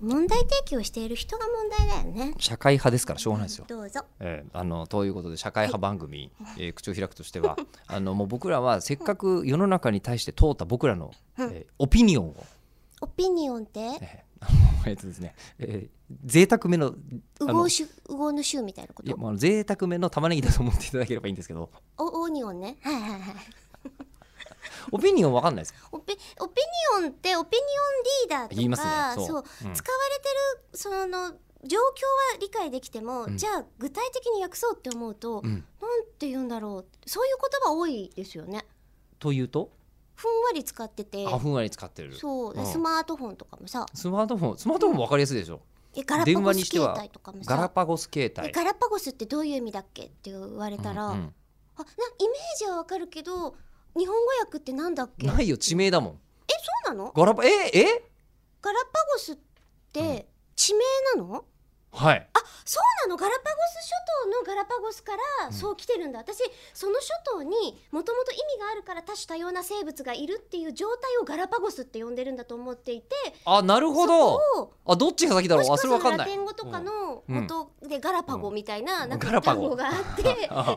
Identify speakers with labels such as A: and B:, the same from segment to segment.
A: 問題提起をしている人が問題だよね
B: 社会派ですからしょうがないですよ。
A: どうぞ
B: えーあのということで社会派番組、えー口を開くとしては あのもう僕らはせっかく世の中に対して通った僕らの、えーオピニオンを、
A: オピニオンって
B: えーあのえっとですね、えー贅沢めのあ
A: 右
B: の
A: 往
B: い
A: しゅ右往の衆みたいなこ
B: や
A: と
B: まあ贅沢めの玉ねぎだと思っていただければいいんですけど
A: おオニオンねはいはいはい
B: オピニオンわかんないです
A: オピオピニオンってオピニオンリーダーとか
B: 言いますねそう
A: そう
B: うん
A: 使われてるその状況は理解できても、
B: ん
A: じゃあ具体的に訳そうって思うと、
B: ん
A: なんて言うんだろうそういう言葉多いですよね
B: というと
A: ふんわり使ってて
B: あふんわり使ってる
A: そう、で
B: うん
A: スマートフォンとかもさ
B: スマートフォンスマートフォンわかりやすいでしょ
A: えガラパ
B: 電
A: ゴ
B: 話
A: ス
B: にして
A: 携
B: は
A: 帯とかも
B: ガラ
A: さ
B: パゴス携
A: え
B: 帯
A: ガラパゴスってどういう意味だっけって言われたら、
B: うんうん
A: あなイメージはわかるけど日本語訳ってなんだっけそ
B: ないよ地名だもん
A: うなの
B: ガラパええ
A: ガラパゴスって地名なの、
B: はい
A: あそうなのガラパゴス諸島のガラパゴスからそう来てるんだ、私その諸島にもともと意味があるから多種多様な生物がいるっていう状態をガラパゴスって呼んでるんだと思っていて
B: あなるほど
A: そこ
B: あどっちが先だ
A: をも
B: ろ
A: し
B: う
A: くは
B: あそれわか
A: ラ
B: んない
A: テン語とかの
B: うん
A: 元でガラパゴみたいな
B: うん
A: なん
B: ガ
A: か
B: ラパ
A: 単語
B: ゴ
A: があってそれ
B: あ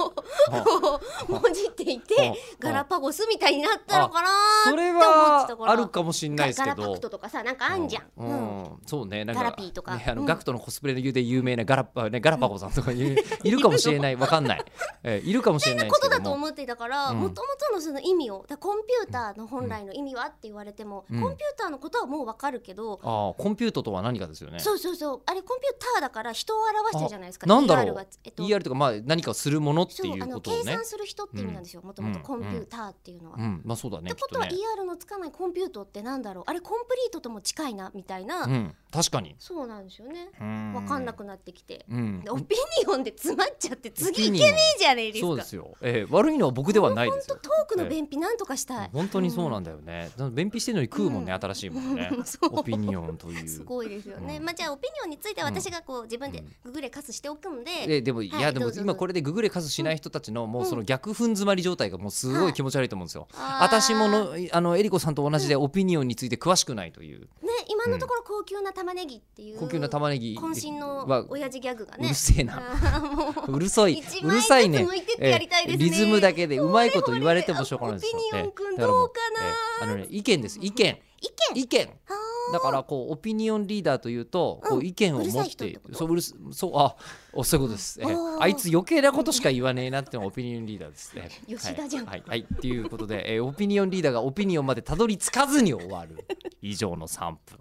A: を
B: あ
A: こう 文字ってい
B: ああ
A: てガラパゴスみたいになったのかなー
B: そ
A: って
B: れ
A: 思って
B: は
A: たから
B: あるかもしれないですけ
A: ガラパク
B: ど
A: トとかさなんかあんじゃん。
B: う
A: うん
B: ん、そうねなんか
A: ガラピーとか
B: ね、あの、
A: うん
B: ガクトのコスプレで有名なガラ,あ、ね、ガラパゴさんと かいういるかもしれないわかんない、えーいるかもしれないで
A: こ
B: す
A: と
B: け
A: だと
B: ども
A: 思ってたから
B: うん
A: もともとのその意味をだからコンピューターの本来の意味はって言われても、
B: うん
A: コンピューターのことはもうわかるけど、
B: あーコンピュートとは何かですよね
A: そうそうそうあれコンピューターだから人を表してるじゃないですか
B: あなんだろ
A: ER
B: う
A: がえっと
B: ER とか、まあ、何かをするものって
A: そう
B: い
A: あ
B: う
A: の
B: ことを
A: 計
B: ね
A: 算する人って意味なんですよもともとコンピューターっていうのは。
B: う
A: っ
B: んまあそうだね
A: て
B: きっ
A: こと
B: と
A: は
B: ね、
A: ER のつかないコンピュートってなんだろうあれコンプリートとも近いなみたいな、
B: うん、確かに
A: そうなんですよね
B: わ
A: わかんなくなってきて、
B: うん
A: でオピニオンで詰まっちゃって次い
B: オピニ
A: け
B: オン
A: ねえじゃねえですか
B: そうですよ、えー、悪いのは僕ではないですよ
A: トークの便秘なんとかしたい、
B: 本当にそうなんだよね、だから便秘してるのに食うもんね、
A: うん
B: 新しいもんね
A: そう
B: オピニオン という
A: すごいですよね、
B: うん
A: まあじゃあオピニオンについては私がこう自分
B: う
A: で
B: ん
A: ググレカスしておくんで、
B: えでもい
A: はい
B: やで
A: ど
B: も
A: うぞ
B: 今これでググレカスしない人たちのもうその逆踏ん詰まり状態がもうすごい気持ち悪いと思うんですよ。
A: あー
B: 私ものあのえりこさんと同じでオピニオンについて詳しくないという
A: ね今のところ高級な玉ねぎっていう、
B: 高級な玉ねぎ
A: 渾身
B: は
A: の親父ギャグが
B: う
A: ね
B: るせえな。
A: あーもう
B: うるさい
A: 一枚ずつ
B: うるさいね
A: 向いてってやりたいですね
B: リズムだけでうまいこと言われてもしょうがないですよ
A: オピニオン君
B: ええだらも
A: どうかな
B: ええあのね意見です意見
A: 意見
B: 意見
A: あ
B: だからこうオピニオンリーダーというとこ
A: う
B: うん意見を
A: うるさ
B: 持
A: い
B: っ
A: 人って
B: て
A: こと
B: そううるすそうあおそういうことですええ
A: おー
B: あいつ余計なことしか言わねえなってのがオピニオンリーダーですね
A: 吉田じゃん
B: はいはいはいっていうことでえーオピニオンリーダーがオピニオンまでたどり着かずに終わる以上の3分